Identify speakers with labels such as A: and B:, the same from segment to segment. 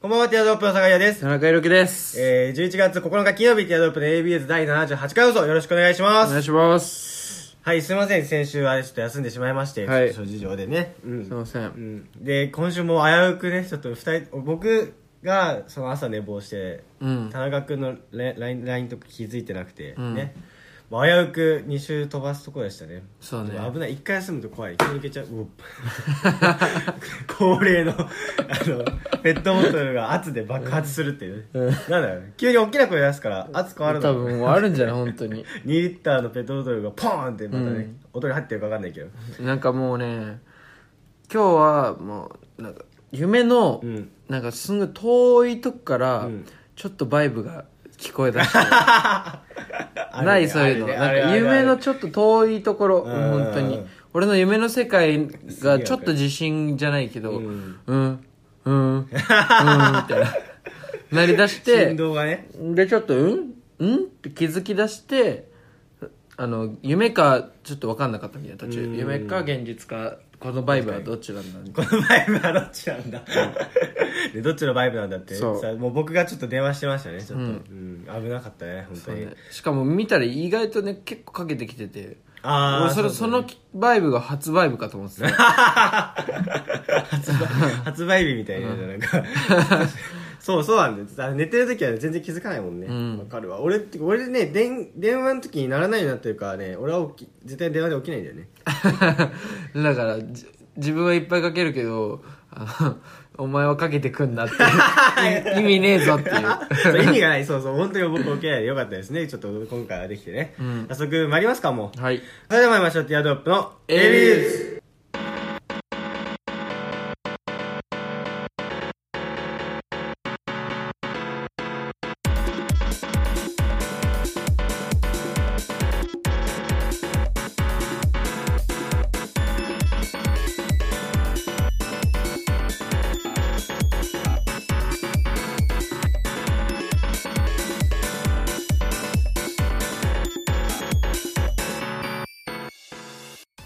A: こんばんは、ティアドロップの坂井です。
B: 田中裕樹です。
A: えー、11月9日金曜日、ティアドロップの ABS 第78回放送、よろしくお願いしま
B: お願い
A: す。
B: します。
A: はい、すいません、先週あれちょっと休んでしまいまして、
B: はい
A: ちょっと諸事情でね。う
B: すい
A: ん。
B: ませ。
A: うんん、で、今週も危うくね、ちょっと二人、僕がその朝寝坊して、
B: うん。
A: 田中君のレ LINE LINE とか気づいてなくて、
B: ん
A: ね。もう危うく2週飛ばすとこでしたね。
B: そうね
A: でも危ない。1回休むと怖い。気抜けちゃう。うおっ 恒例の、あの、ペットボトルが圧で爆発するっていうね。なんだよ。急に大きな声出すから圧変わ
B: 多
A: るの。
B: 分もうあるんじゃない本当に。
A: 2リッターのペットボトルがポーンってまたね、
B: うん
A: 音に入ってるか分かんないけど。
B: なんかもうね、今日はもう、なんか、夢の、
A: うん。
B: なんかすごい遠いとこから
A: ん、
B: ちょっとバイブが聞こえ だして。
A: あるね
B: ないそうい
A: ある
B: うの。
A: ね
B: な
A: ある
B: ん
A: あるあ
B: か
A: る
B: 夢のちょっと遠いところ、
A: んうんうん
B: 本当に。俺の夢の世界がちょっと自信じゃないけど、
A: う
B: うん、
A: ん。
B: うん、うん、みたい な。なりだして、
A: 振動がね。
B: でちょっと「うんうん?」って気づき出してあの夢かちょっと分かんなかったみたいな途中夢か現実かこのバイブはどっちなんだみたい
A: このバイブはどっちなんだでどっちのバイブなんだって
B: そう
A: さもう僕がちょっと電話してましたねちょっと、うん危なかったね本当
B: な
A: に、
B: ねしかも見たら意外とね結構かけてきてて
A: ああ
B: 俺それそのバイブが初バイブかと思って た
A: 発売発売日みたいな,、なん かそうそうなんですあ寝てる時は全然気づかないもんねわ、
B: ん
A: かるわ俺って俺ね電電話の時にならないようになってるからね俺は起き絶対電話で起きないんだよ ね
B: だからじ自分はいっぱいかけるけどあのお前はかけてくんなって意味ねえぞっていう
A: そう意味がないそうそう本当に僕起きないでよかったですねちょっと今回はできてね、早速参りますかもう
B: はい
A: それでは参りましょうティアドロップの
B: エ
A: a
B: ビ
A: b
B: ー
A: s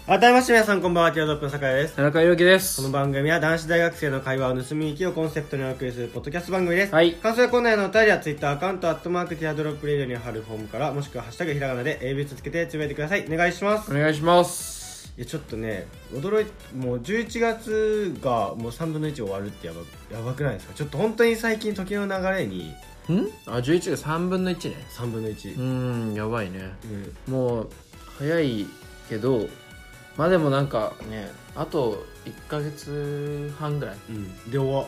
A: 改めまして皆さんこんばんはティアドロップの酒井です
B: 田中裕樹で
A: この
B: す
A: 番組は男子大学生の会話を盗み聞きをコンセプトにお送りするポッドキャスト番組です。
B: はい
A: 感想やコーナーへのお便りは Twitter アカウント、アットマークティアドロップレディオに貼るフォームから、もしくはハッシュタグひらがなで ABS つけてつぶやいてください。お願いします
B: お。願いします
A: いや、ちょっとね、驚い、もう11月がもう3分の1終わるってやばやばくないですかちょっと本当に最近時の流れに
B: んあ11が3分の1ね
A: 3分の1。
B: うーんやばいね
A: うん
B: もう早いけどまあでもなんかねあと1ヶ月半ぐらい
A: うん、で終 わ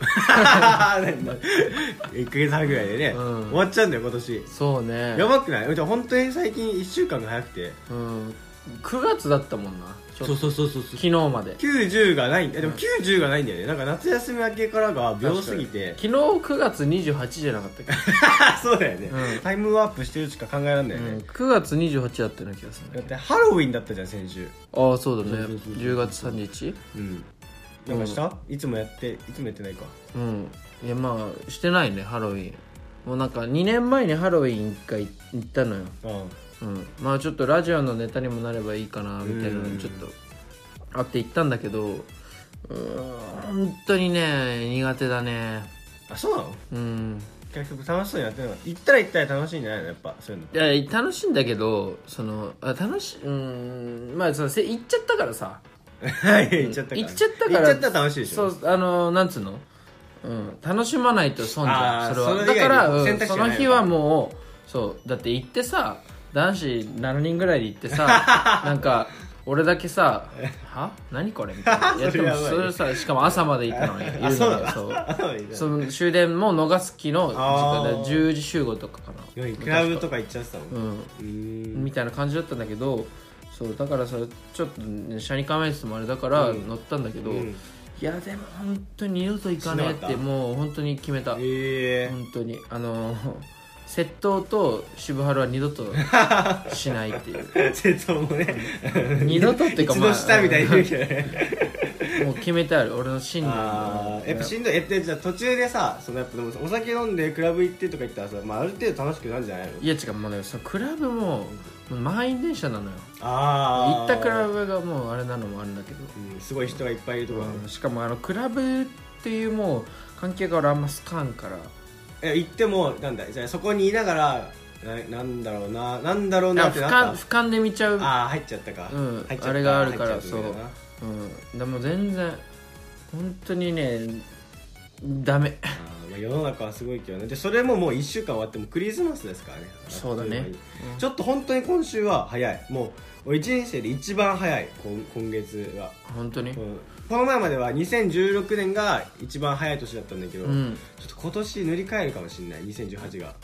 A: 1ヶ月半ぐらいでね、
B: うん
A: 終わっちゃうんだよ今年
B: そうね
A: やばくないじゃあ本当に最近1週間が早くて
B: うん9月だったもんなちょっと
A: そうそうそうそ
B: 昨日まで
A: 90がないんだでも90がないんだよねなんか夏休み明けからが秒すぎて
B: 昨日9月28じゃなかったっけ、
A: そうだよね、
B: うん
A: タイムワープしてるしか考えらんないよね、
B: うん、9月28だったような気がす
A: だ
B: る
A: っ
B: ん
A: て
B: だ
A: ハロウィンだったじゃん先週
B: ああそうだ
A: そ
B: ね
A: うそうそう
B: 10月30日
A: うんなんかした、いつもやっていつもやってないか
B: うんいやまあしてないねハロウィンもうなんか2年前にハロウィン1回行ったのよ
A: うん
B: うん、まあちょっとラジオのネタにもなればいいかなみたいなのにちょっとあって行ったんだけどうーん本当にね苦手だね
A: あそうなの
B: うん
A: 結局楽しそうにやってなかった行ったら行ったら楽しいんじゃないのやっぱそういうの
B: いや楽しいんだけどそのあ楽しうーんまあそのせ行っちゃったからさ
A: はい行っちゃったから
B: 行っちゃったから
A: 行っちゃったら楽しいでしょ
B: そうあのなんつうの、うん、楽しまないと損じ
A: あ
B: ゃ
A: ー
B: んそ
A: そ
B: れ
A: れ
B: は
A: 以外
B: だ
A: に
B: から、う
A: 選
B: ん
A: 択肢
B: そ
A: がない
B: の
A: のか
B: 日はもうそうだって行ってさ男子7人ぐらいで行っ てさなんか俺だけさ「は何これ?」みたいなやって
A: それや
B: も
A: ばい
B: それさしかも朝まで行ったのに
A: あそうだ
B: 夜までそ う
A: あそうだ
B: その終電も逃す気の時間
A: あー
B: で10時集合とかかな
A: 夜にクラブとか行っちゃってたもん、
B: うん
A: うーん
B: みたいな感じだったんだけどそうだからさちょっとね車に構えててもあれだから
A: うん
B: 乗ったんだけど、
A: うん
B: いやでも本当に二度と行かねえっ
A: しなかってた
B: もう本当に決めた本
A: ええ
B: 当にあのー窃盗と渋原は 二度としないっていう
A: 説もね
B: 二度とって
A: 一
B: かまあ
A: 度したみたいに言うけどね
B: もう決めてある俺の信念
A: あーやっぱしんどいえでじゃあ途中でさそのやっぱでもお酒飲んでクラブ行ってとか行ったらさ、まあ、ある程度楽しくなるんじゃないの
B: いや違うもうねそのクラブももう満員電車なのよ
A: あ
B: 行ったクラ
A: ブ、
B: ブがもうあれなのもあるんだけど
A: うん、すごい人がいっぱいいるとか、
B: しかもあのクラブっていうもう関係が俺あんま好かんから
A: え行ってもなんだじゃあそこにいながらななんだろうななんだろうな
B: あ
A: って
B: 俯
A: なっ
B: 瞰
A: た
B: 俯瞰で見ちゃう
A: ああ入っちゃったか、
B: うん
A: 入っちゃった
B: あれがあるから
A: 入っちゃったんだよな
B: うんでも全然本当にねダメ
A: あーまあ世の中はすごいけどねでそれももう1週間終わってもクリスマスですからね
B: そうだ
A: あっと
B: ね
A: い間にちょっと本当に今週は早いもう俺人生で一番早い今今月は、
B: 本当に
A: うんこの前までは2016年が一番早い年だったんだけど、
B: うん
A: ちょっと今年塗り替えるかもしれない2018が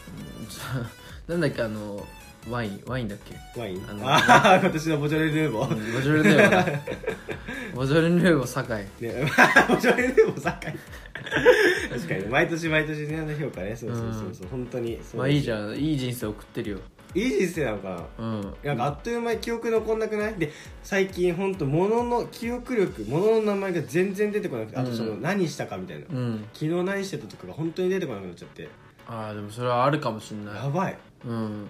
B: なんだっけあのワインワインだっけ
A: ワイン
B: あの
A: ああ今年のボジョレ・ヌーボー、
B: ボジョレ・ヌーボーだボジョレ・ヌーボー堺
A: ね、 ボジョレ・ヌーボー酒井確かに毎年毎年ねあの評価ねそうそうそうそう、本当にそう
B: まあいい
A: ゃ
B: じゃんいい人生送ってるよ
A: んいい人生なのかな
B: うん
A: なんかあっという間に記憶残んなくないで最近ほんと物の記憶力物の名前が全然出てこなくてあとその
B: うん
A: 何したかみたいな、
B: うん
A: 昨日何してたとかが本当に出てこなくなっちゃって
B: ああでもそれはあるかもしんな
A: や
B: い
A: ばい
B: うん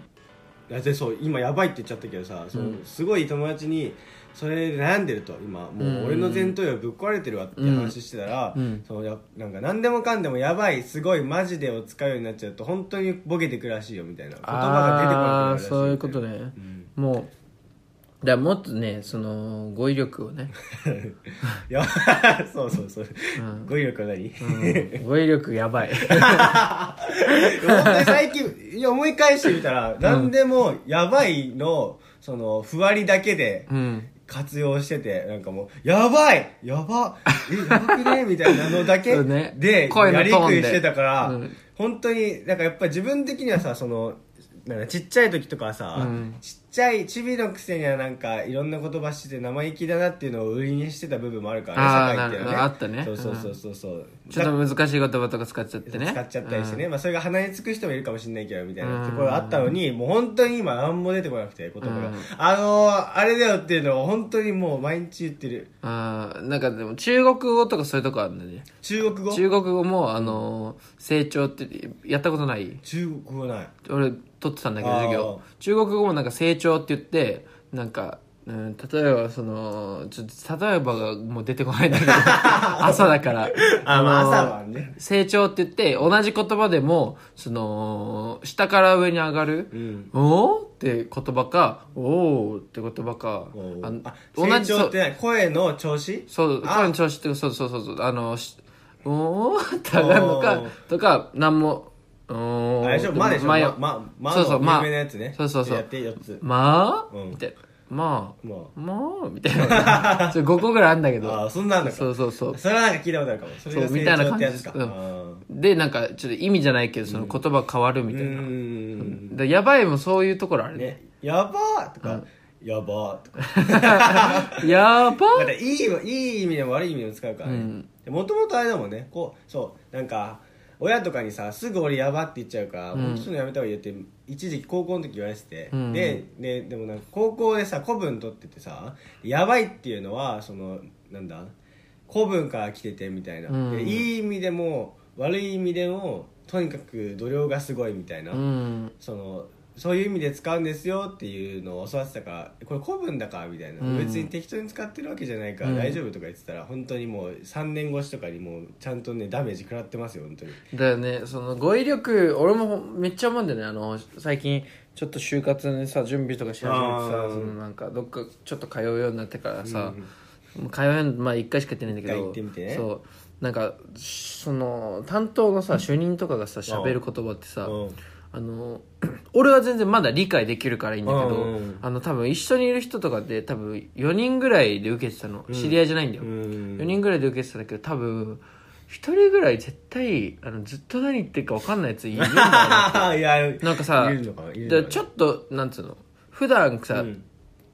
A: だってそう今やばいって言っちゃったけどさ、その
B: うん
A: すごい友達にそれで悩んでると今もう俺の前頭葉ぶっ壊れてるわって話してたら、
B: うん
A: そのやなんか何でもかんでもやばいすごいマジでを使うようになっちゃうと本当にボケてくるらしいよみたいな言葉が出てこなくな
B: あ
A: る
B: あ
A: らしい
B: そういうこと
A: ね、
B: ね
A: うん、
B: もうだからもっとねその語彙力をね、
A: い やそうそうそう、
B: うん
A: 語彙力は何、
B: うん、語彙力やばい
A: 本当に最近いや思い返してみたら何でもやばいのそのふわりだけで
B: うん
A: 活用しててなんかもうやばいやばえやばくねみたいなのだけ
B: そうね
A: で
B: 声の
A: やり
B: トーン
A: くり
B: で
A: してたから、
B: うん
A: 本当になんかやっぱ自分的にはさそのなんかちっちゃい時とかはさ、
B: うん
A: ちっちゃいチビのくせにはなんかいろんな言葉してて生意気だなっていうのを売りにしてた部分もあるから
B: あー
A: 社会っていうのは
B: なるほどあったね
A: そうそうそうそうそう、
B: ちょっと難しい言葉とか使っちゃってね
A: 使っちゃったりしてね、まあ、それが鼻につく人もいるかもしれないけどみたい
B: うん
A: なところあったのに、もう本当に今何も出てこなくて言葉が、
B: うん
A: あのー、あれだよっていうのを本当にもう毎日言ってる
B: うんあーなんかでも中国語とかそういうとこあるんだね
A: 中国語中
B: 中国語もあのー成長ってやったことない
A: 国語ない
B: 俺取ってたんだけど
A: あー
B: 授業中国語もなんか成長って言ってなんか、うん、例えばそのちょっと例えばがもう出てこない んだけど朝だから
A: あまあ
B: のー
A: 朝晩ね
B: 成長って言って同じ言葉でもその下から上に上がる、
A: うん
B: おーって言葉かおーって言葉かあの
A: あ
B: 同
A: 成
B: じ
A: 長ってない声の調子
B: そう、
A: あ
B: 声の調子って、そうそうそうそう、あの、しおーって上がるのか
A: おー、
B: とか、なんも、おー
A: あれでしょ「ま」でしょ「ま」
B: よ
A: ま「ま」
B: そうそう
A: の
B: ま
A: 有名なやつね
B: そうそうそう
A: やって4つ
B: ま
A: う
B: あ
A: ん
B: みたいな。まあ
A: も
B: まあみたいな。 それ5個ぐらいあるんだけ
A: うあ
B: ど。
A: あそんなんだか
B: そうそうそう。
A: それはなんか聞いたことあるかもそれが
B: そうみたい
A: 成
B: な
A: 長っ
B: 感じ
A: てやつか
B: うん
A: うん
B: で、なんか、ちょっと意味じゃないけど、その言葉変わるみ
A: う
B: たいな。
A: ん
B: でやばいもそういうところあるね。
A: ねやばーとかやばーとか
B: やば
A: またいいよいい意味でも悪い意味でも使うから
B: う
A: ね
B: ん
A: もともとあれだもんねこうそうなんか親とかにさすぐ俺やばって言っちゃうから、
B: うん
A: もうちょっとやめた方がいいよって一時期高校の時言われてて、
B: うん
A: でででもなんか高校でさ古文取っててさやばいっていうのはそのなんだ古文から来ててみたいな、
B: うん
A: でいい意味でも悪い意味でもとにかく度量がすごいみたいな、
B: うん。
A: そのそういう意味で使うんですよっていうのを教わってたからこれ古文だからみたいな、
B: うん
A: 別に適当に使ってるわけじゃないから
B: うん
A: 大丈夫とか言ってたら、本当にもう3年越しとかにもうちゃんとねダメージ食らってますよ本当に
B: だよねその語彙力俺もめっちゃ思うんだよねあの最近ちょっと就活にさ準備とかし始めて
A: あ
B: さ
A: ー
B: そのなんかどっかちょっと通うようになってからさ、もう通うようにまあ1回しか行ってないんだけど
A: 一回行ってみてね
B: そうなんかその担当のさ主任とかがさ喋る言葉ってさ、
A: うん
B: あの 俺は全然まだ理解できるからいいんだけど、
A: うんうん
B: あの多分一緒にいる人とかで多分4人ぐらいで受けてたの、知り合いじゃないんだよ、
A: うん
B: 4人ぐらいで受けてたんだけど多分1人ぐらい絶対あのずっと何言ってるか分かんないやついるんだよ
A: いや
B: なんかさ
A: いるのかないるのか
B: だ
A: な
B: からちょっとなんつうの普段さ、
A: うん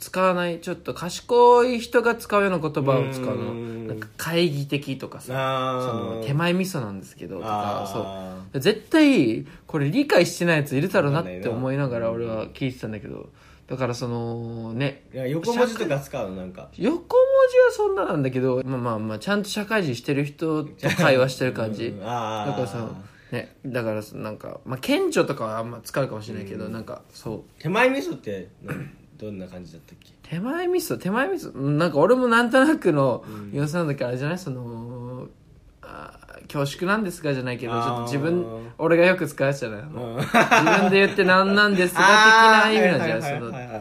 B: 使わないちょっと賢い人が使うような言葉を使う
A: う
B: の
A: ん
B: なんか会議的とかさそ
A: あ
B: の
A: ー
B: 手前味噌なんですけどとかそう
A: あ
B: 絶対これ理解してないやついるだろうなって思いながら
A: わかん
B: 俺
A: ないな
B: は聞いてたんだけどだからそのね
A: そういや横文字とか使うのなんか
B: 横文字はそんななんだけどまあまあまあちゃんと社会人してる人と会話してる感じ
A: うん
B: だ
A: あー
B: からさねだからそなんかまあ顕著とかはあんま使うかもしれないけどなんかそう
A: 手前味噌ってなんどんな感じだったっけ
B: 手前味噌手前味噌うんなんか俺もなんとなくの様子なんだけどあれじゃないそのああー恐縮なんですがじゃないけどちょっと自
A: あー
B: 分俺がよく使うやつじゃないあの
A: うん
B: 自分で言ってなんなんですが的
A: あ
B: な
A: ー
B: 意味なんじ
A: は
B: ゃないい
A: は
B: そ
A: い
B: の
A: はいは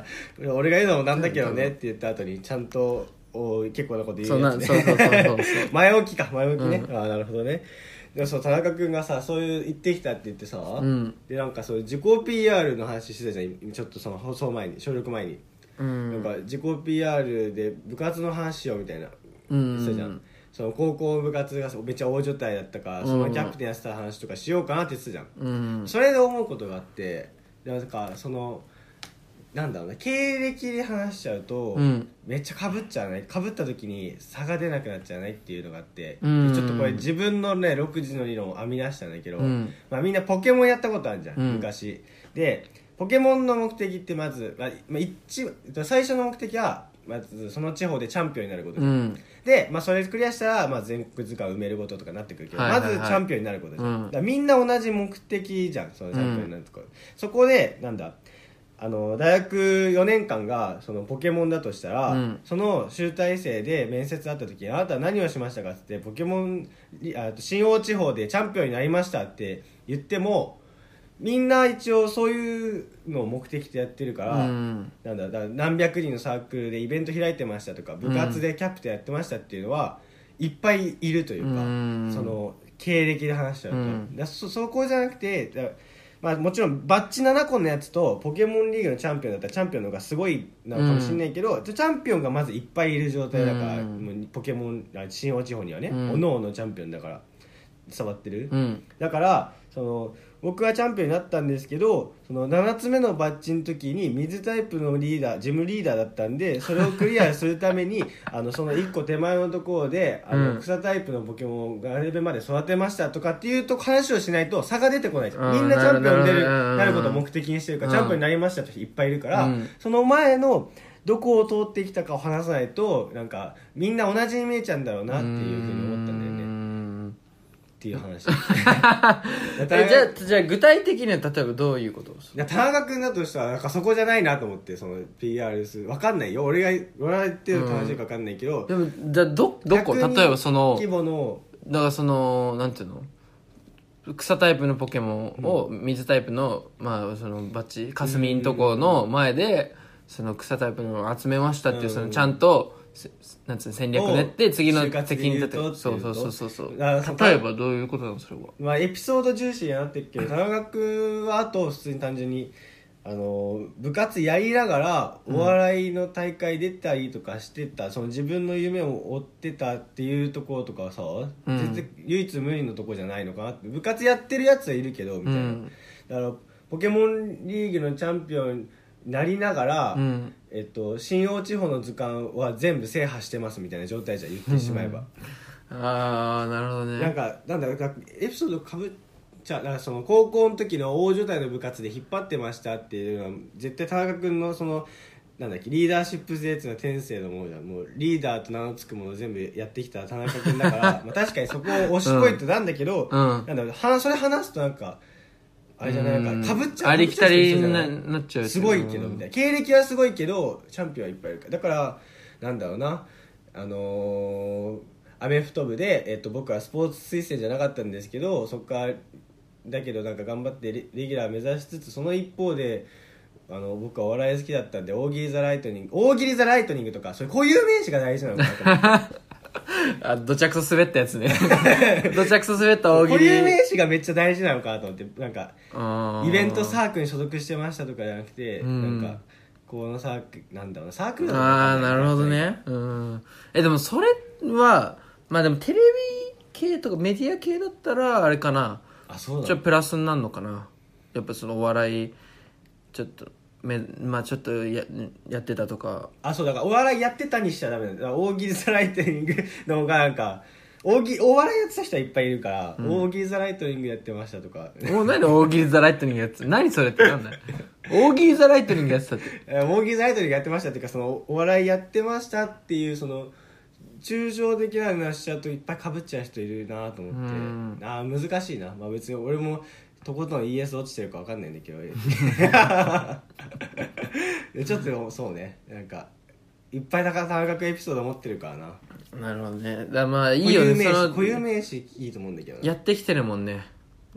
A: いはい俺が言うのもなんだけどねって言った後にちゃんとお結構なこと言うやつね
B: そうなそうそう そうそう
A: 前置きか前置きね、
B: う
A: ああなるほどねでもそう田中君がさそういう行ってきたって言ってさ、
B: ん
A: でなんかそう自己 PR の話してたじゃん今ちょっとその放送前に省力前に、
B: う
A: なん
B: ん
A: か自己 PR で部活の話しようみたいな
B: うん
A: そうじゃんその高校部活がめっちゃ大所帯だったから、そのキャプテンやってた話とかしようかなって言ってたじゃん
B: うん
A: それで思うことがあってなんかそのなんだろうな経歴で話しちゃうと、
B: うん
A: めっちゃかぶっちゃわないかぶった時に差が出なくなっちゃわないっていうのがあって、
B: うん
A: ちょっとこれ自分のね6時の理論を編み出したんだけど、
B: うん
A: まあ、みんなポケモンやったことあるじゃん、
B: うん
A: 昔でポケモンの目的ってまず、まあ、まあ一最初の目的はまずその地方でチャンピオンになること、
B: うん
A: で、まあ、それクリアしたら、まあ、全国図鑑埋めることとかなってくるけど、
B: はいはいはい
A: まずチャンピオンになることじゃん、
B: うん
A: だからみんな同じ目的じゃんそのチャンピオンになるとこ、そこでなんだあの大学4年間がそのポケモンだとしたら、
B: うん
A: その集大成で面接あった時にあなたは何をしましたか?」っつって「ポケモンりあ新大地方でチャンピオンになりました」って言ってもみんな一応そういうのを目的でやってるから、
B: うん
A: なんだだから何百人のサークルでイベント開いてましたとか部活でキャプテンやってましたっていうのは、いっぱいいるというか、
B: うん
A: その経歴で話しちゃうと、
B: うん
A: だそそこじゃなくてだまあ、もちろんバッジ7個のやつとポケモンリーグのチャンピオンだったらチャンピオンの方がすごいなのかもしれないけど、ちょチャンピオンがまずいっぱいいる状態だから、
B: うん
A: もうポケモンあ新大地方にはね、
B: うん
A: おのおのチャンピオンだから伝わってる、
B: うん
A: だからその僕はチャンピオンになったんですけどその7つ目のバッジの時に水タイプのリーダージムリーダーだったんでそれをクリアするために あのその1個手前のところであの、
B: うん
A: 草タイプのポケモンをガレベまで育てましたとかっていうと話をしないと差が出てこないじゃん
B: うん
A: みんなチャンピオンに出る
B: なるほどね
A: なることを目的にしてるから、
B: うん
A: チャンピオンになりましたっていっぱいいるから、
B: うん
A: その前のどこを通ってきたかを話さないとなんかみんな同じに見えちゃうんだろうなっていうふうに思ったんだよね。
B: ね
A: っていう 話
B: えじゃあじゃあ具体的には例えばどういうことをす
A: い
B: る
A: や田中君だとしたらなんかそこじゃないなと思ってその PR する分かんないよ俺が俺が言ってるの正しいか分かんないけど、
B: でもじゃあどどこ例
A: 100人
B: えばその
A: 規模の
B: だからそのなんていうの草タイプのポケモンを水タイプの,、まあそのバッチかすみんとこの前でその草タイプのを集めましたっていううんそのちゃんとせなんつうの戦略練って次の
A: 就活
B: 敵
A: で
B: に
A: 言
B: 立
A: う
B: て
A: と
B: そうそうそうそうそ
A: っ
B: う
A: ていうことあ
B: 例えばどういうことなのそれは
A: まあ、エピソード重視にはなってる けど田中君はあと普通に単純にあの部活やりながらお笑いの大会出たりとかしてた、その自分の夢を追ってたっていうところとかはさ、
B: ん
A: 全然唯一無二のとこじゃないのかなって部活やってるやつはいるけどみたいな、
B: うん
A: だからポケモンリーグのチャンピオンになりながら、
B: うん
A: えっと、新大地方の図鑑は全部制覇してますみたいな状態じゃん言ってしまえば。
B: ああなるほど
A: なん
B: ね
A: かなんだろうなんかエピソードかぶっちゃなんかその高校の時の大所帯の部活で引っ張ってましたっていうのは絶対田中君のそのなんだっけリーダーシップ勢っていうのは天性のものじゃんもうリーダーと名の付くものを全部やってきた田中君だから まあ確かにそこを押し越えてたんだけど、
B: うん
A: なんだろう話それ話すとなんかあれじゃないなんかかぶっちゃう
B: ありきたりに
A: かぶっちゃう人いるじゃ
B: ないなっちゃう
A: すごいけどみたいな経歴はすごいけどチャンピオンはいっぱいいるからだからなんだろうなあのーアメフト部で、えっと、僕はスポーツ推薦じゃなかったんですけどそこからだけどなんか頑張ってレレギュラー目指しつつその一方であの僕はお笑い好きだったんで大喜利ザライトニング大喜利ザライトニングとかそういう固有名詞が大事なのかなと思って
B: あどちゃくそ滑ったやつね どちゃくそ滑 った大喜
A: 固
B: 利
A: 有名詞がめっちゃ大事なのかなと思ってなんか
B: あー
A: イベントサークルに所属してましたとかじゃなくて、
B: ん
A: なんかこのサークルなんだろうなサークルの
B: ああなるほどねうんえでもそれはまあでもテレビ系とかメディア系だったらあれかな
A: あそう
B: ち
A: だ
B: ょっとプラスになるのかなやっぱそのお笑いちょっとめまあちょっとややってたとか
A: あそうだからお笑いやってたにしちゃダメなんだだから大喜利ザライトニングの方がなんか大喜お笑いやってた人はいっぱいいるから、大喜利ザライトニングやってましたとか
B: もう何大喜利ザライトニングやつ何それってなんだよ大喜利ザライトニングやってたって
A: え大喜利ザライトニングやってましたっていうかそのお笑いやってましたっていうその抽象的な話しちゃうといっぱいかぶっちゃう人いるなと思って、
B: うん
A: あー難しいな、まあ、別に俺もとことん ES 落ちてるか分かんないんだけ ど ちょっとそうねなんかいっぱい高田中君エピソード持ってるからな
B: なるほどねだからまあい
A: 固
B: いよ
A: 有名
B: ねそ
A: 詞
B: の
A: 固有名詞いいと思うんだけどな
B: やってきてるもんね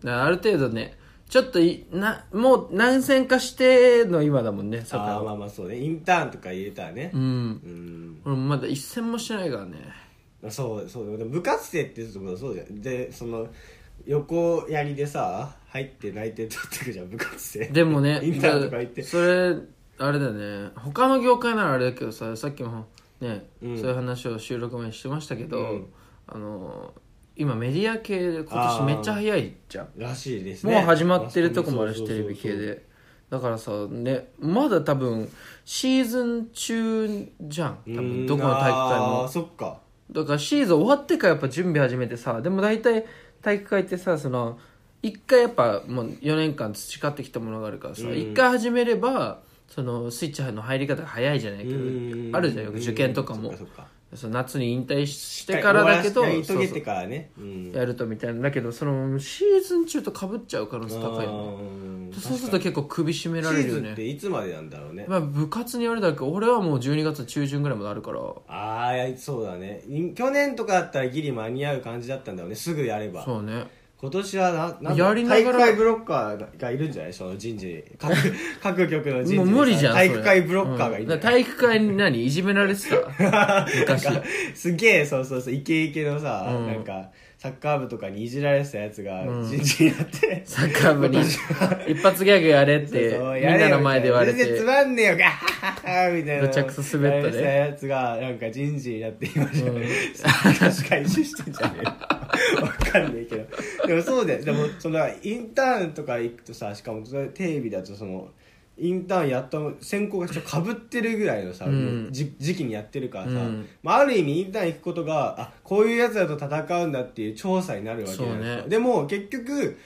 B: だからある程度ねちょっといなもう何戦かしての今だもんねそこ
A: あーまあまあそうねインターンとか入れたらね
B: うん
A: うん
B: 俺もまだ一戦もしてないからね
A: そうそうでも部活生っていうところそうじゃんでその横やりでさ入って内定取ってくじゃん部活生
B: でもね
A: インターンとか行って
B: だそれあれだよね他の業界ならあれだけどささっきもね、
A: うん
B: そういう話を収録前にしてましたけど、
A: うん
B: あの今メディア系で今年めっちゃ早いじゃん
A: らしいですね
B: もう始まってるとこもあるしテレビ
A: そ
B: 系
A: うそうそう
B: でだからさねまだ多分シーズン中じゃん
A: そ
B: 多
A: うう
B: 分
A: ん
B: どこの体育会
A: あー
B: も
A: そっか
B: だからシーズン終わってからやっぱ準備始めてさでも大体体育会ってさその一回やっぱもう4年間培ってきたものがあるからさ
A: うん
B: 一、回始めればそのスイッチの入り方が早いじゃないけど、あるじゃんよく受験とかも、
A: うんそっか
B: その夏に引退してからだけど
A: やり
B: そ
A: 遂
B: う
A: げ
B: そう
A: てからねうん
B: やるとみたいなだけどそのシーズン中とかぶっちゃう可能性高いよね
A: うん
B: そうすると結構首絞め
A: シ
B: られる
A: ー
B: よ
A: ズンっ
B: ね
A: ていつまでなんだろうね
B: まあ部活によるだけど俺はもう12月中旬ぐらいまであるから
A: ああそうだねい去年とかだったらギリ間に合う感じだったんだろうねすぐやれば
B: そうね
A: 今年はななんだ
B: やりな
A: 体
B: がら
A: 育会ブロッカーがいるんじゃないその人事に 各各局の人事に
B: もう
A: さ
B: 無理じゃん
A: 体
B: そ
A: 育
B: れ
A: 会ブロッカーがいるんじ
B: う
A: ゃ
B: ん
A: な
B: だか
A: い
B: ら体育会に何いじめられて た昔
A: すげえそうそうそうイケイケのさ、
B: うん
A: なんかサッカー部とかにいじられてたやつが人事になって、
B: サッカー部に一発ギャグやれっ
A: そう
B: て
A: そう
B: みん
A: やれよ
B: なの前で言われ
A: 全然つ
B: て
A: まんねえよガッハッハッみたいな
B: めちゃくそ滑ったね
A: やられてやつがなんか人事になって今じゃ、
B: うん
A: 確かに一緒してんじゃねえよわかんねえけどでもそうだよでもそのインターンとか行くとさしかもそれテレビだとそのインターンやった選考がちょっとかぶってるぐらいのさ、
B: うん
A: じ時期にやってるからさ、
B: うん
A: まあ、ある意味インターン行くことがあこういうやつらと戦うんだっていう調査になるわけじゃないです
B: そう
A: か
B: ね
A: でも結局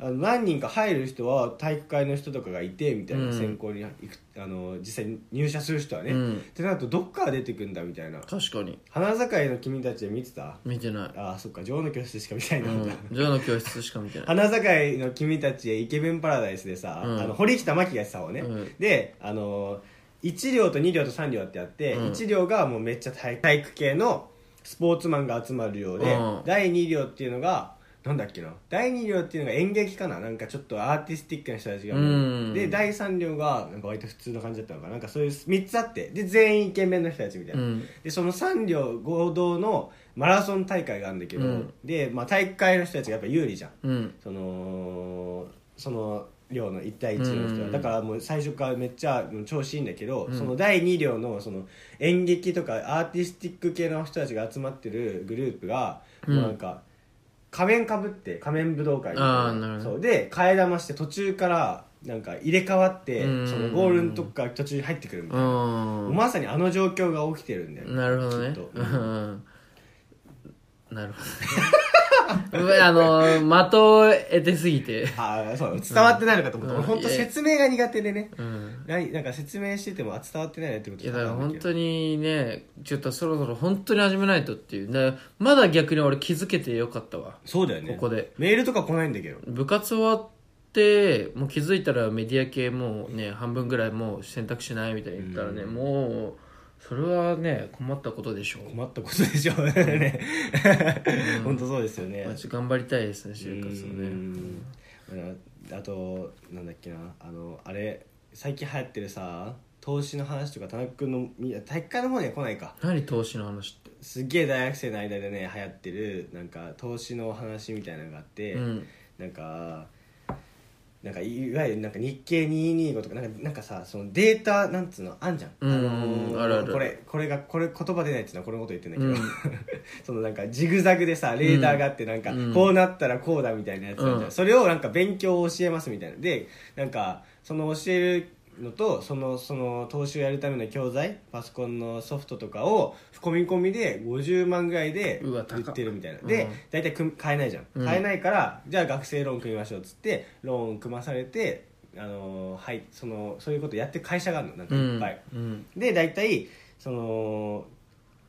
A: あの何人か入る人は体育会の人とかがいてみたいな
B: うん
A: 選考に行く、あの実際に入社する人はね、
B: うん
A: ってなるとどっから出てくんだみたいな
B: 確かに
A: 花盛りの君たちで見てた
B: 見てない
A: ああそっか女王の教室しか見たいな、
B: うんジョーの教室しか見 てない
A: 花盛りの君たちへイケメンパラダイスでさ、
B: うん
A: あの堀北真希がやってた方ね、
B: うん
A: であの1両と2両と3両ってあって、
B: うん
A: 1両がもうめっちゃ体体育系のスポーツマンが集まる寮で、
B: うん
A: 第2両っていうのがなんだっけな第2両っていうのが演劇かななんかちょっとアーティスティックな人たちが、
B: うん
A: で第3両がなんか割と普通の感じだったのかななんかそういう3つあってで全員イケメンの人たちみたいな、
B: うん
A: でその3両合同のマラソン大会があるんだけど、
B: うん
A: で、まあ、大会の人たちがやっぱ有利じゃん
B: うん
A: そのその量の1対1の人は、
B: うん
A: だからもう最初からめっちゃ調子いいんだけど、その第2両のその演劇とかアーティスティック系の人たちが集まってるグループが、
B: うん
A: もうなんか仮面かぶって仮面武道会みたい
B: あーなるほど
A: そうで替え玉して途中からなんか入れ替わって、
B: うん
A: そのゴールのとこから途中に入ってくるみたいな、
B: うん
A: まさにあの状況が起きてるんだよね
B: なるほどね
A: きっと
B: うんなるほどね うわあの的を得てすぎて
A: ああそう伝わってないのかと思った、
B: うん
A: 俺本当説明が苦手でね、
B: うん
A: ないなんか説明しててもあ伝わってないねってこと
B: いやだから本当
A: に
B: にねちょっとそろそろ本当に始めないとっていうだからまだ逆に俺気づけてよかったわ
A: そうだよね
B: ここで
A: メールとか来ないんだけど
B: 部活終わってもう気づいたらメディア系もうね半分ぐらいもう選択しないみたいに言ったらね、
A: う
B: もうそれはね困ったことでしょう、
A: 困ったことでしょうね本当そうですよね
B: まあちょっと頑張りたいですね
A: う
B: 就活をね
A: んああとなんだっけなあのあれ最近流行ってるさ投資の話とか田中君のみ体育会の方には来ないか
B: 何投資の話って
A: すっげえ大学生の間でね流行ってるなんか投資の話みたいなのがあって、
B: うん
A: なんかなんかいわゆるなんか日経225とかなんかなんかさそのデータなんつうのあんじゃん、
B: うん
A: のー
B: あるある
A: これこれがこれ言葉出ないっていうのはこのこと言ってんだけど、
B: うん
A: そのなんかジグザグでさレーダーがあってなんか、
B: うん
A: こうなったらこうだみたいなやつあるじゃん
B: うん
A: それをなんか勉強を教えますみたいなでなんかその教えるのとそのその投資をやるための教材パソコンのソフトとかを込み込みで50万ぐらいで
B: う
A: 売
B: わ高っ
A: ってるみたいな
B: う
A: で
B: ん
A: 大体組み買えないじゃん、
B: うん
A: 買えないからじゃあ学生ローン組みましょうっつってローン組まされて、あのーはい、そのそういうことやってる会社があるのなんか
B: う
A: いっ
B: ん
A: ぱい、
B: うん
A: で大体その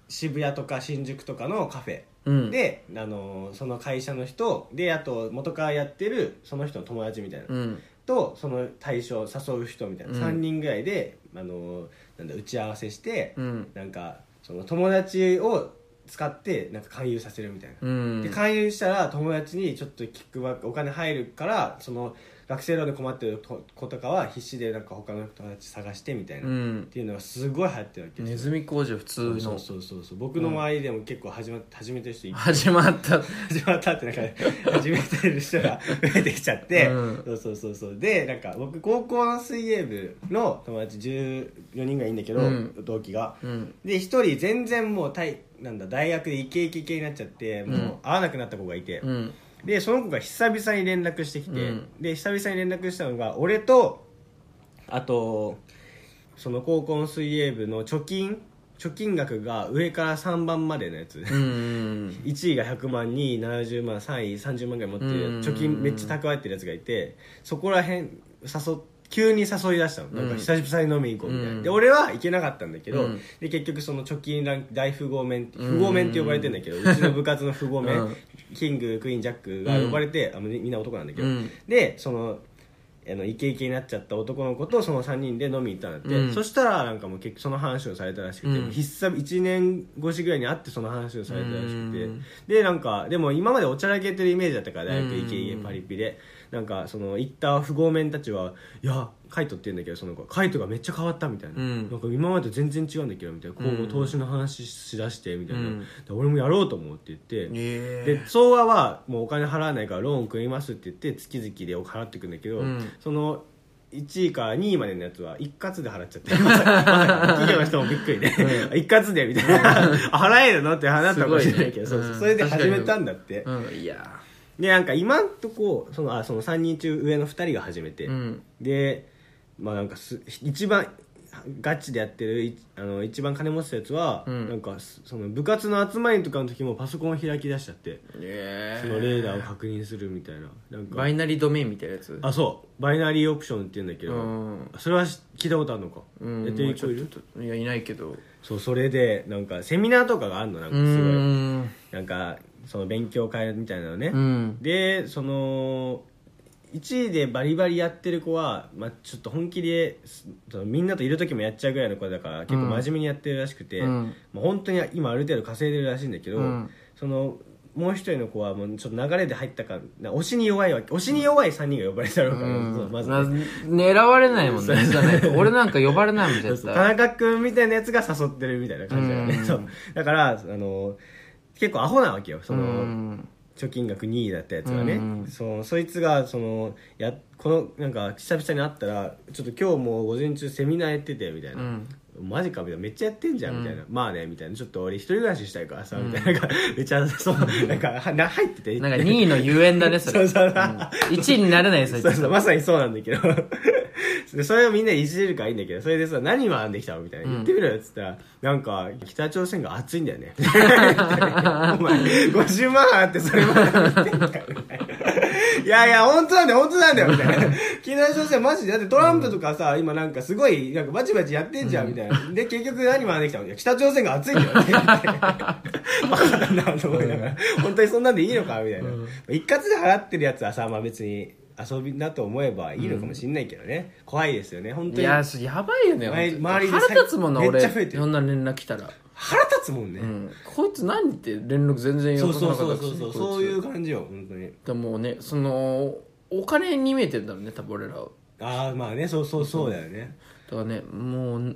A: 渋谷とか新宿とかのカフェ
B: うん
A: で、あのーその会社の人であと元からやってるその人の友達みたいな、
B: うん
A: とその対象を誘う人みたいな、
B: うん
A: 3人ぐらいで、あのーなんだ打ち合わせして、
B: うん
A: なんかその友達を使ってなんか勧誘させるみたいな、
B: うん
A: で勧誘したら友達にちょっとキックバックお金入るからその学生ローンで困ってる子とかは必死でなんか他の友達探してみたいな、
B: う
A: っ
B: ん
A: ていうのがすごい流行ってるわけ
B: ネ
A: です
B: ズミ工事普通
A: そうそ
B: の
A: うそうそうそう僕の周りでも結構始まって始めてる人いっ
B: 始まった
A: 始まったってなんか 始めてる人が増えてきちゃって、
B: うん
A: そうそうそうそうでなんか僕高校の水泳部の友達14人がいいんだけど、
B: うん
A: 同期が
B: うん
A: で一人全然もう大なんだ大学でイケイケ系になっちゃってもう
B: うん
A: 会わなくなった子がいて、
B: うん
A: でその子が久々に連絡してきて、
B: うん
A: で久々に連絡したのが俺とあとその高校の水泳部の貯金貯金額が上から3番までのやつ、
B: うんうん
A: 1位が100万2位70万3位30万ぐらい持ってるや
B: うん
A: つ貯金めっちゃ蓄えてるやつがいてそこら辺誘っ急に誘い出したのなんか久々に飲みに行こうみたいな、
B: うん
A: で俺は行けなかったんだけど、
B: うん
A: で結局その貯金ラン大富豪面
B: うん
A: 富豪面って呼ばれてんだけど、うちの部活の富豪面、
B: うん
A: キングクイーンジャックが呼ばれて、あみみんな男なんだけど、
B: うん
A: でそのあのイケイケになっちゃった男の子とその3人で飲みに行ったんだって、
B: うん
A: そしたらなんかもう結局その話をされたらしくて、
B: うん
A: 久々1年越しぐらいに会ってその話をされたらしくて、
B: うん
A: でなんかでも今までおちゃらけてるイメージだったから大学
B: うん
A: イケイケパリピで、なんかその行った不合面たちはいやカイトって言うんだけどその子カイトがめっちゃ変わったみたいな、
B: うん
A: なんか今までと全然違うんだけどみたいな今後投資の話しだしてみたいな、
B: うん
A: だから俺もやろうと思うって言って、
B: え
A: で相和はもうお金払わないからローン組みますって言って月々でお払っていくんだけど、
B: うん
A: その1位から2位までのやつは一括で払っちゃって まさか企業の人もびっくりで、 一括でみたいなあ払えるのって話ったかもしれないけど
B: す
A: そ
B: ご
A: う
B: い
A: そう
B: ねうん
A: それで始めたんだって、
B: うんいや
A: でなんか今んとこそのあその3人中上の2人が始めて、
B: うん
A: でまあなんかす一番ガチでやってるいあの一番金持ってたやつは、
B: うん
A: なんかすその部活の集まりとかの時もパソコンを開き出しちゃって
B: え
A: そのレーダーを確認するみたいななんか
B: バイナリードメインみたいなやつ
A: あそうバイナリーオプションって言うんだけ
B: う
A: ど、
B: ん
A: それはし聞いたことあるのか、
B: うん
A: やってる
B: ちょ
A: 人いる
B: っといやいないけど
A: そうそれでなんかセミナーとかがあるのなんか
B: う
A: すごい
B: ん
A: なんかその勉強会みたいなのね、
B: うん
A: でその1位でバリバリやってる子は、まあ、ちょっと本気ですそのみんなといる時もやっちゃうぐらいの子だから結構真面目にやってるらしくて、
B: うん
A: まあ、本当に今ある程度稼いでるらしいんだけど、
B: うん
A: そのもう一人の子はもうちょっと流れで入ったからな推しに弱いわけ推しに弱い3人が呼ばれたろうから、そうまずね
B: な狙われないもんねじゃないと俺なんか呼ばれないもん
A: そう
B: 絶
A: そう
B: 対
A: 田中君みたいなやつが誘ってるみたいな感じだよね、
B: うん
A: そうだからあの結構アホなわけよその、
B: うん
A: 貯金額2位だったやつがね、
B: うんうん
A: そのそいつがそのやこのなんか久々に会ったら「ちょっと今日もう午前中セミナーやってて」みたいな。
B: うん
A: マジかみたいなめっちゃやってんじゃんみたいな、まあねみたいなちょっと俺一人暮らししたいからさ、みたいななんかめっちゃそうなんかはな入ってて
B: なんか2位のゆえんだねそれ
A: そうそう
B: うん1位になれないそい
A: そう
B: つ
A: そうまさにそうなんだけど でそれをみんないじれるからいいんだけどそれでさ何学んできたのみたいな言ってみろよっつったら、なんか北朝鮮が暑いんだよね お前50万あってそれまで言ってんのかみたいないやいや本当なんだよ本当なんだよみたいな北朝鮮マジでだってトランプとかさ、今なんかすごいなんかバチバチやってんじゃんみたいな、で結局何学んできたのいや北朝鮮が暑いんだよねってバカだなと思いながら、本当にそんなんでいいのかみたいな、一括で払ってるやつはさ、まあ、別に遊びだと思えばいいのかもしれないけどね、怖いですよね本
B: い
A: 当に
B: やそやばいよね
A: 前
B: 本当に
A: 周りで
B: 腹立つもんな
A: めっちゃ
B: 俺
A: 増えてる
B: そんな連絡来たら
A: 腹立つもんね、
B: うんこいつ何って連絡全然
A: そ
B: よ
A: う
B: こな
A: そ
B: か
A: う
B: った
A: そうそう
B: し
A: そう
B: こつ
A: そういう感じよ本当に
B: でもねそのお金に見えてるんだろうね多分俺らは
A: ああまあねそうそうそうだよね、
B: だからねもう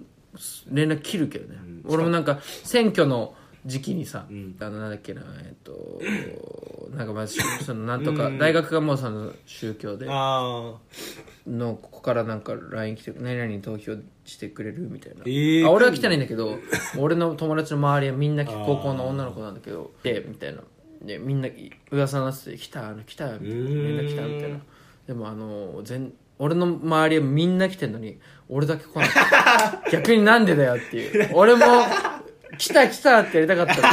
B: 連絡切るけどね、俺もなんか選挙の時期にさ、あのなんだっけなえっとなんか まあしそのなんとか、大学がもうその宗教で
A: ああ
B: のここからなんか LINE 来て「何々に投票してくれる?」みたいな、
A: えー
B: あ俺は来てないんだけ ど俺の友達の周りはみんな高校の女の子なんだけど「で」みたいなでみんな噂になってて「来た来た」みた
A: ー
B: いな
A: ん
B: みんな来たみたいなでもあの全俺の周りはみんな来てんのに俺だけ来ない 逆になんでだよっていう俺も「来た来た」ってやりたかったの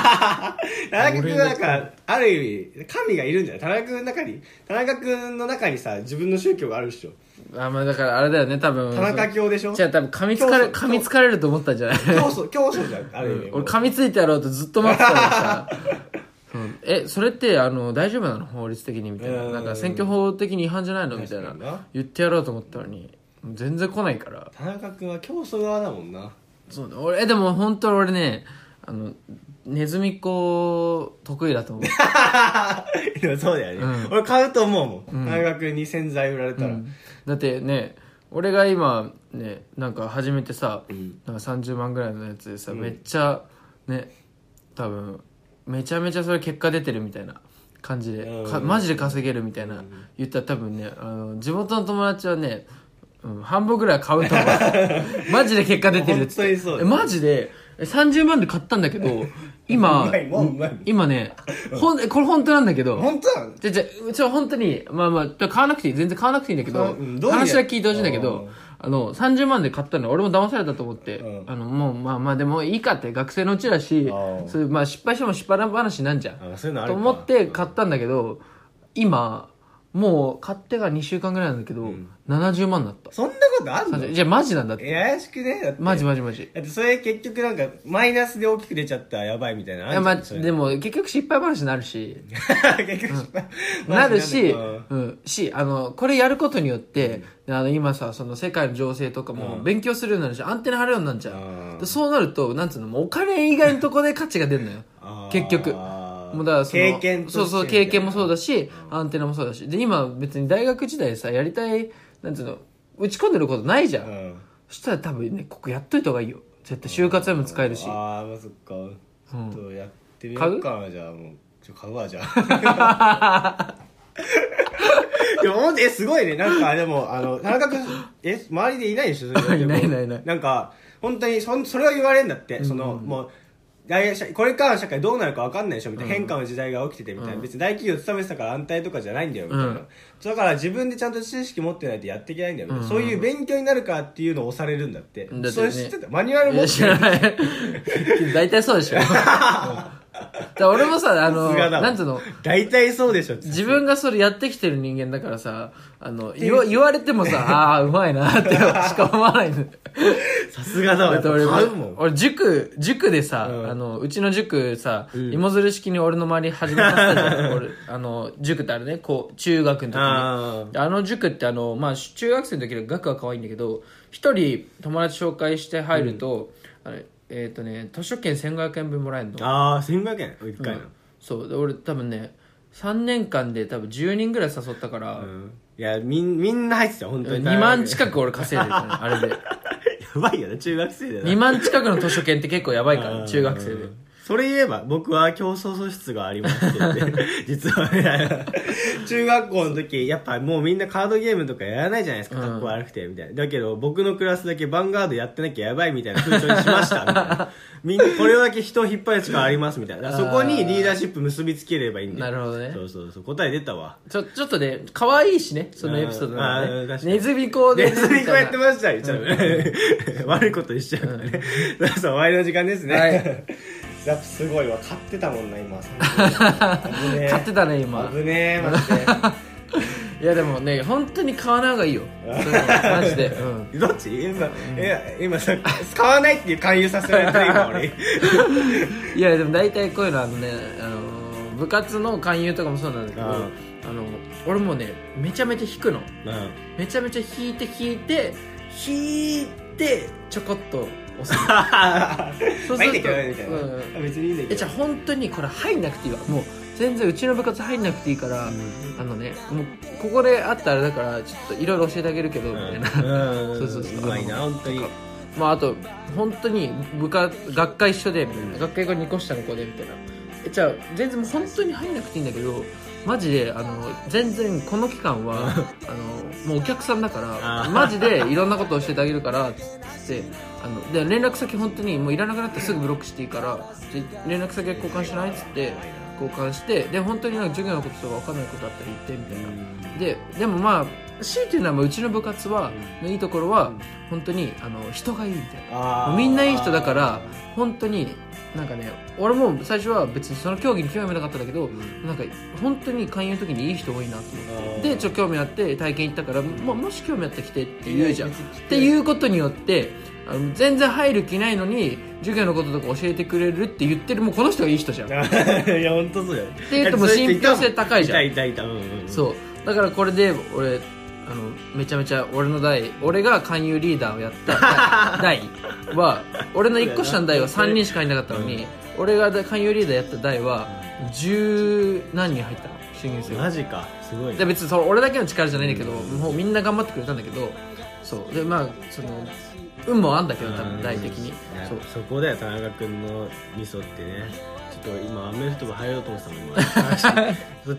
A: 田中君はなんかある意味神がいるんじゃない田中君の中に田中君の中にさ自分の宗教があるでしょ
B: あまあだからあれだよね多分
A: 田中教でしょ
B: じゃあ多分噛みつかれ噛みつかれると思ったんじゃない
A: 教祖教祖じゃんある意味、
B: 俺噛みついてやろうとずっと待ってたのに さうんえそれってあの大丈夫なの法律的にみたいな
A: うん
B: なんか選挙法的に違反じゃないのみたい
A: 確かに
B: な
A: な
B: 言ってやろうと思ったのに全然来ないから
A: 田中君は教祖側だもんな
B: そうだ俺えでも本当俺ねあのネズミっ子得意だと思う
A: でもそうだよね、
B: うん
A: 俺買うと思うもん、
B: うん
A: 大学に洗剤売られたら、
B: うんだってね俺が今ねなんか初めてさ、
A: ん
B: なんか30万ぐらいのやつでさ、めっちゃね多分めちゃめちゃそれ結果出てるみたいな感じで、
A: うん
B: かマジで稼げるみたいな、言ったら多分ねあの地元の友達はね、うん、半分ぐらいは買うと思う マジで結果出てるっつ
A: 本当
B: って
A: にそうだ
B: えマジでえ30万で買ったんだけど今
A: うまいもんうまいもん
B: 今ねほんえこれ本当なんだけど
A: 本当なの
B: じゃ、じゃ、うちは本当に、まあまあ、買わなくていい、全然買わなくていいんだけ
A: 買
B: ど
A: ううんど、ういう
B: 話は聞いてほしいんだけど、あの、30万で買ったの、俺も騙されたと思って
A: う、ん
B: あの、もう、まあまあ、でもいいかって、学生のうちだし
A: あ、ー
B: そういう、まあ失敗しても失敗話なんじゃ
A: あそういうのあ
B: ん。
A: る
B: と
A: か
B: 思って買ったんだけど、今、もう買ってが2週間ぐらいなんだけど、70万になった。
A: そんなことあんの
B: じゃ、マジなんだっ
A: い
B: て。
A: や怪しくねだって
B: マジマジマジ。
A: だってそれ結局なんかマイナスで大きく出ちゃったらやばいみたいなの
B: い
A: ある
B: や、
A: じゃ
B: ま
A: ん
B: あ、
A: それ
B: でも、結局失敗話になるし、
A: 結局失敗
B: なるし、
A: うん
B: うん、し、あの、これやることによって、あの、今さ、その世界の情勢とかも勉強するようになるし、アンテナ張るようになるじゃ
A: うん
B: ん。でそうなると、なんつうの、もうお金以外のとこで価値が出るのよ
A: あー。
B: 結局。もうだからその
A: 経験として
B: そうそう、
A: みたいな
B: 経験もそうだし、アンテナもそうだし。で、今別に大学時代さ、やりたい、なんつうの、打ち込んでることないじゃん。
A: うん
B: そしたら多分ね、ここやっといた方がいいよ。絶対就活でも使えるし。
A: ああまあそっかちょっとやってみよ
B: 買
A: う
B: う
A: かじゃあもうちょ買うわじゃあ でもほんとえすごいねなんかでもあの田中 君え周りでいないでしょそれ
B: いないいないいない
A: なんか本当にそんそれは言われるんだって、そのもう大社これからの社会どうなるか分かんないでしょみたいな、変化の時代が起きててみたいな、別に大企業勤めてたから安泰とかじゃないんだよみたいな、
B: うん
A: だから自分でちゃんと知識持ってないとやっていけないんだよみたいな、そういう勉強になるからっていうのを押されるんだって
B: だってね
A: それ知ってたマニュアル
B: い
A: 持
B: や
A: って
B: 知
A: る
B: らない大体そうでしょうんだから俺もさあの
A: さすがだわ
B: なんつうの
A: 大体そうでしょ
B: 自分がそれやってきてる人間だからさあの言わ言われてもさ ああうまいなってしか思わないの
A: さすがだわ
B: だ
A: や
B: っ
A: ってぱ買
B: 俺
A: うもん
B: 俺塾塾でさ、
A: うん
B: あのうちの塾さ、芋づる式に俺の周り始めさせたじゃん 俺あの塾ってあるねこう中学の時に
A: あ
B: あの塾ってあの、まあ、中学生の時の学は可愛いんだけど一人友達紹介して入ると、あれえっ、とね図書券1500円分もらえるの
A: ああ1500円1回の、
B: そうで俺多分ね3年間で多分10人ぐらい誘ったから、
A: うんいやみんみんな入ってたよ本当に
B: 2万
A: く
B: 近く俺稼いでたねあれ で
A: やばいよね中学生で
B: 2万近くの図書券って結構やばいか
A: うん
B: ら中学生で
A: それ言えば僕は競争素質がありましてって 実はね中学校の時やっぱもうみんなカードゲームとかやらないじゃないですかかっこ悪くてみたいなだけど僕のクラスだけヴァンガードやってなきゃやばいみたいな風潮にしましたみたいなみんなこれだけ人を引っ張る力ありますみたいなだからそこにリーダーシップ結びつければいいんだよ
B: なるほどね
A: そうそうそう答え出たわ
B: ちょちょっとね可愛いしねそのエピソードな
A: うんあー確
B: ん
A: か
B: で
A: に
B: ねネズミ講で
A: ネズミこうやって
B: み
A: ましたよ、ちょっとね 悪いことしちゃうからね。 そう、終わりの時間ですね。
B: はい
A: ラップすごいわ、買ってたもんな、 今。危ね
B: たいな買ってたね 今
A: 危ねえ、マジ
B: いやでもね本当に買わない方がいいよそうマジ でうん
A: で。どっち今、え今さ、使わないっていう勧誘させられた今、 俺。
B: いやでも大体こういうのあのね、あのー部活の勧誘とかもそうなんだけど、
A: うん
B: あの俺もねめちゃめちゃ引くの
A: うん。
B: めちゃめちゃ引いて引いて引いてちょこっと押 すそう
A: ま
B: すると
A: あいいんだけどねみたいな
B: うん
A: あ別にいいんだ
B: え
A: け
B: じ
A: ど
B: ゃあ本当にこれ入んなくていいわもう全然うちの部活入んなくていいから、あのねもうここであったらあれだからちょっといろいろ教えてあげるけど、みたいな、
A: うんうん
B: そうそうそう
A: うまいな本当に
B: まああと本当に部活学科一緒でみたいな学会が2個下の子でみたいなえじゃあ全然もう本当に入んなくていいんだけどマジであの全然この期 間はあのもうお客さんだか
A: あー
B: らマジでいろんなことを教えてあげるからつってあので連絡先本当にもういらなくなってすぐブロックしていいからじゃ連絡先交換しないっつって交換してで本当になんか授業のこととか分かんないことあったら言ってみたいなででもまあ強いていうのはまあうちの部活は、のいいところは本当にあの人がいいみたいな
A: あー
B: みんないい人だから本当になんかね俺も最初は別にその競技に興味はなかったんだけど、なんか本当に勧誘の時にいい人多いなと思
A: あー
B: ってでちょっと興味あって体験行ったから、まあ、もし興味あったら来てって言うじゃん
A: い
B: っ
A: やいや別に来て
B: ていうことによってあの全然入る気ないのに授業のこととか教えてくれるって言ってるもうこの人がいい人じゃ ん
A: いや本当そうだよ。って
B: いうともう信憑性高いじゃん
A: いたいたいた。うんうんうん。
B: そうだからこれで俺あのめちゃめちゃ俺の代俺が 勧誘リーダーをやった代は俺の1個下の代は3人しかいなかったのに俺が勧誘リーダーやった代は十何人入ったの新入生が
A: マジかすごい
B: で
A: ね
B: 別にその俺だけの力じゃないんだけど、もうみんな頑張ってくれたんだけどそうでまあその運もあんだけど多
A: う
B: 分
A: ん
B: 大的に
A: いや
B: そう
A: そこだよ田中君の味噌ってねちょっと今アメフト部入ろうと思ってたもん今話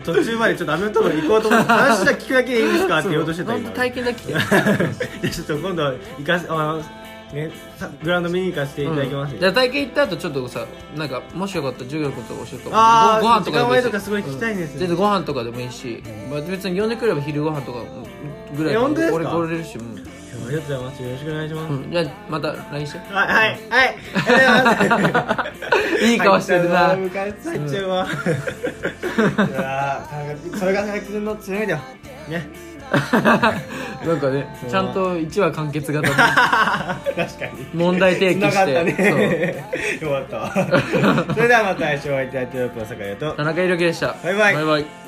A: 途中までちょっとアメフト部行こうと思って話だけ聞くだけでいいですかって言おうとしてた
B: 本当
A: 今
B: 体験だけ来て
A: じゃあちょっと今度行かせあのねさグラウンド見に行かせていただきます
B: うんじゃあ体験行った後ちょっとさなんかもしよかったら授業のこと教えて
A: あー
B: ごご飯とかでもい
A: 時間割
B: いし
A: とかすごい聞きたいですね
B: うん全然ご飯とかでもいいし、まあ、別に呼んでくれば昼ご飯とかぐらい
A: え本当ですか
B: 俺来れるし、うん
A: 今日ありがとうございますよろしくお願いします、
B: うんじゃあまた LINE して
A: はいはいはいありがとうございます
B: いい顔してる
A: 入っち
B: な
A: ゃうなムカついちゃうわいやーそれが佐々木君の強みだよね
B: なんかねちゃんと1話完結 型で
A: 確か に
B: 問題提起して
A: 繋がったね よかったわそれではまた来週お会いいたいと思います坂井と
B: 田中裕樹でした
A: バイバイ
B: バイバイ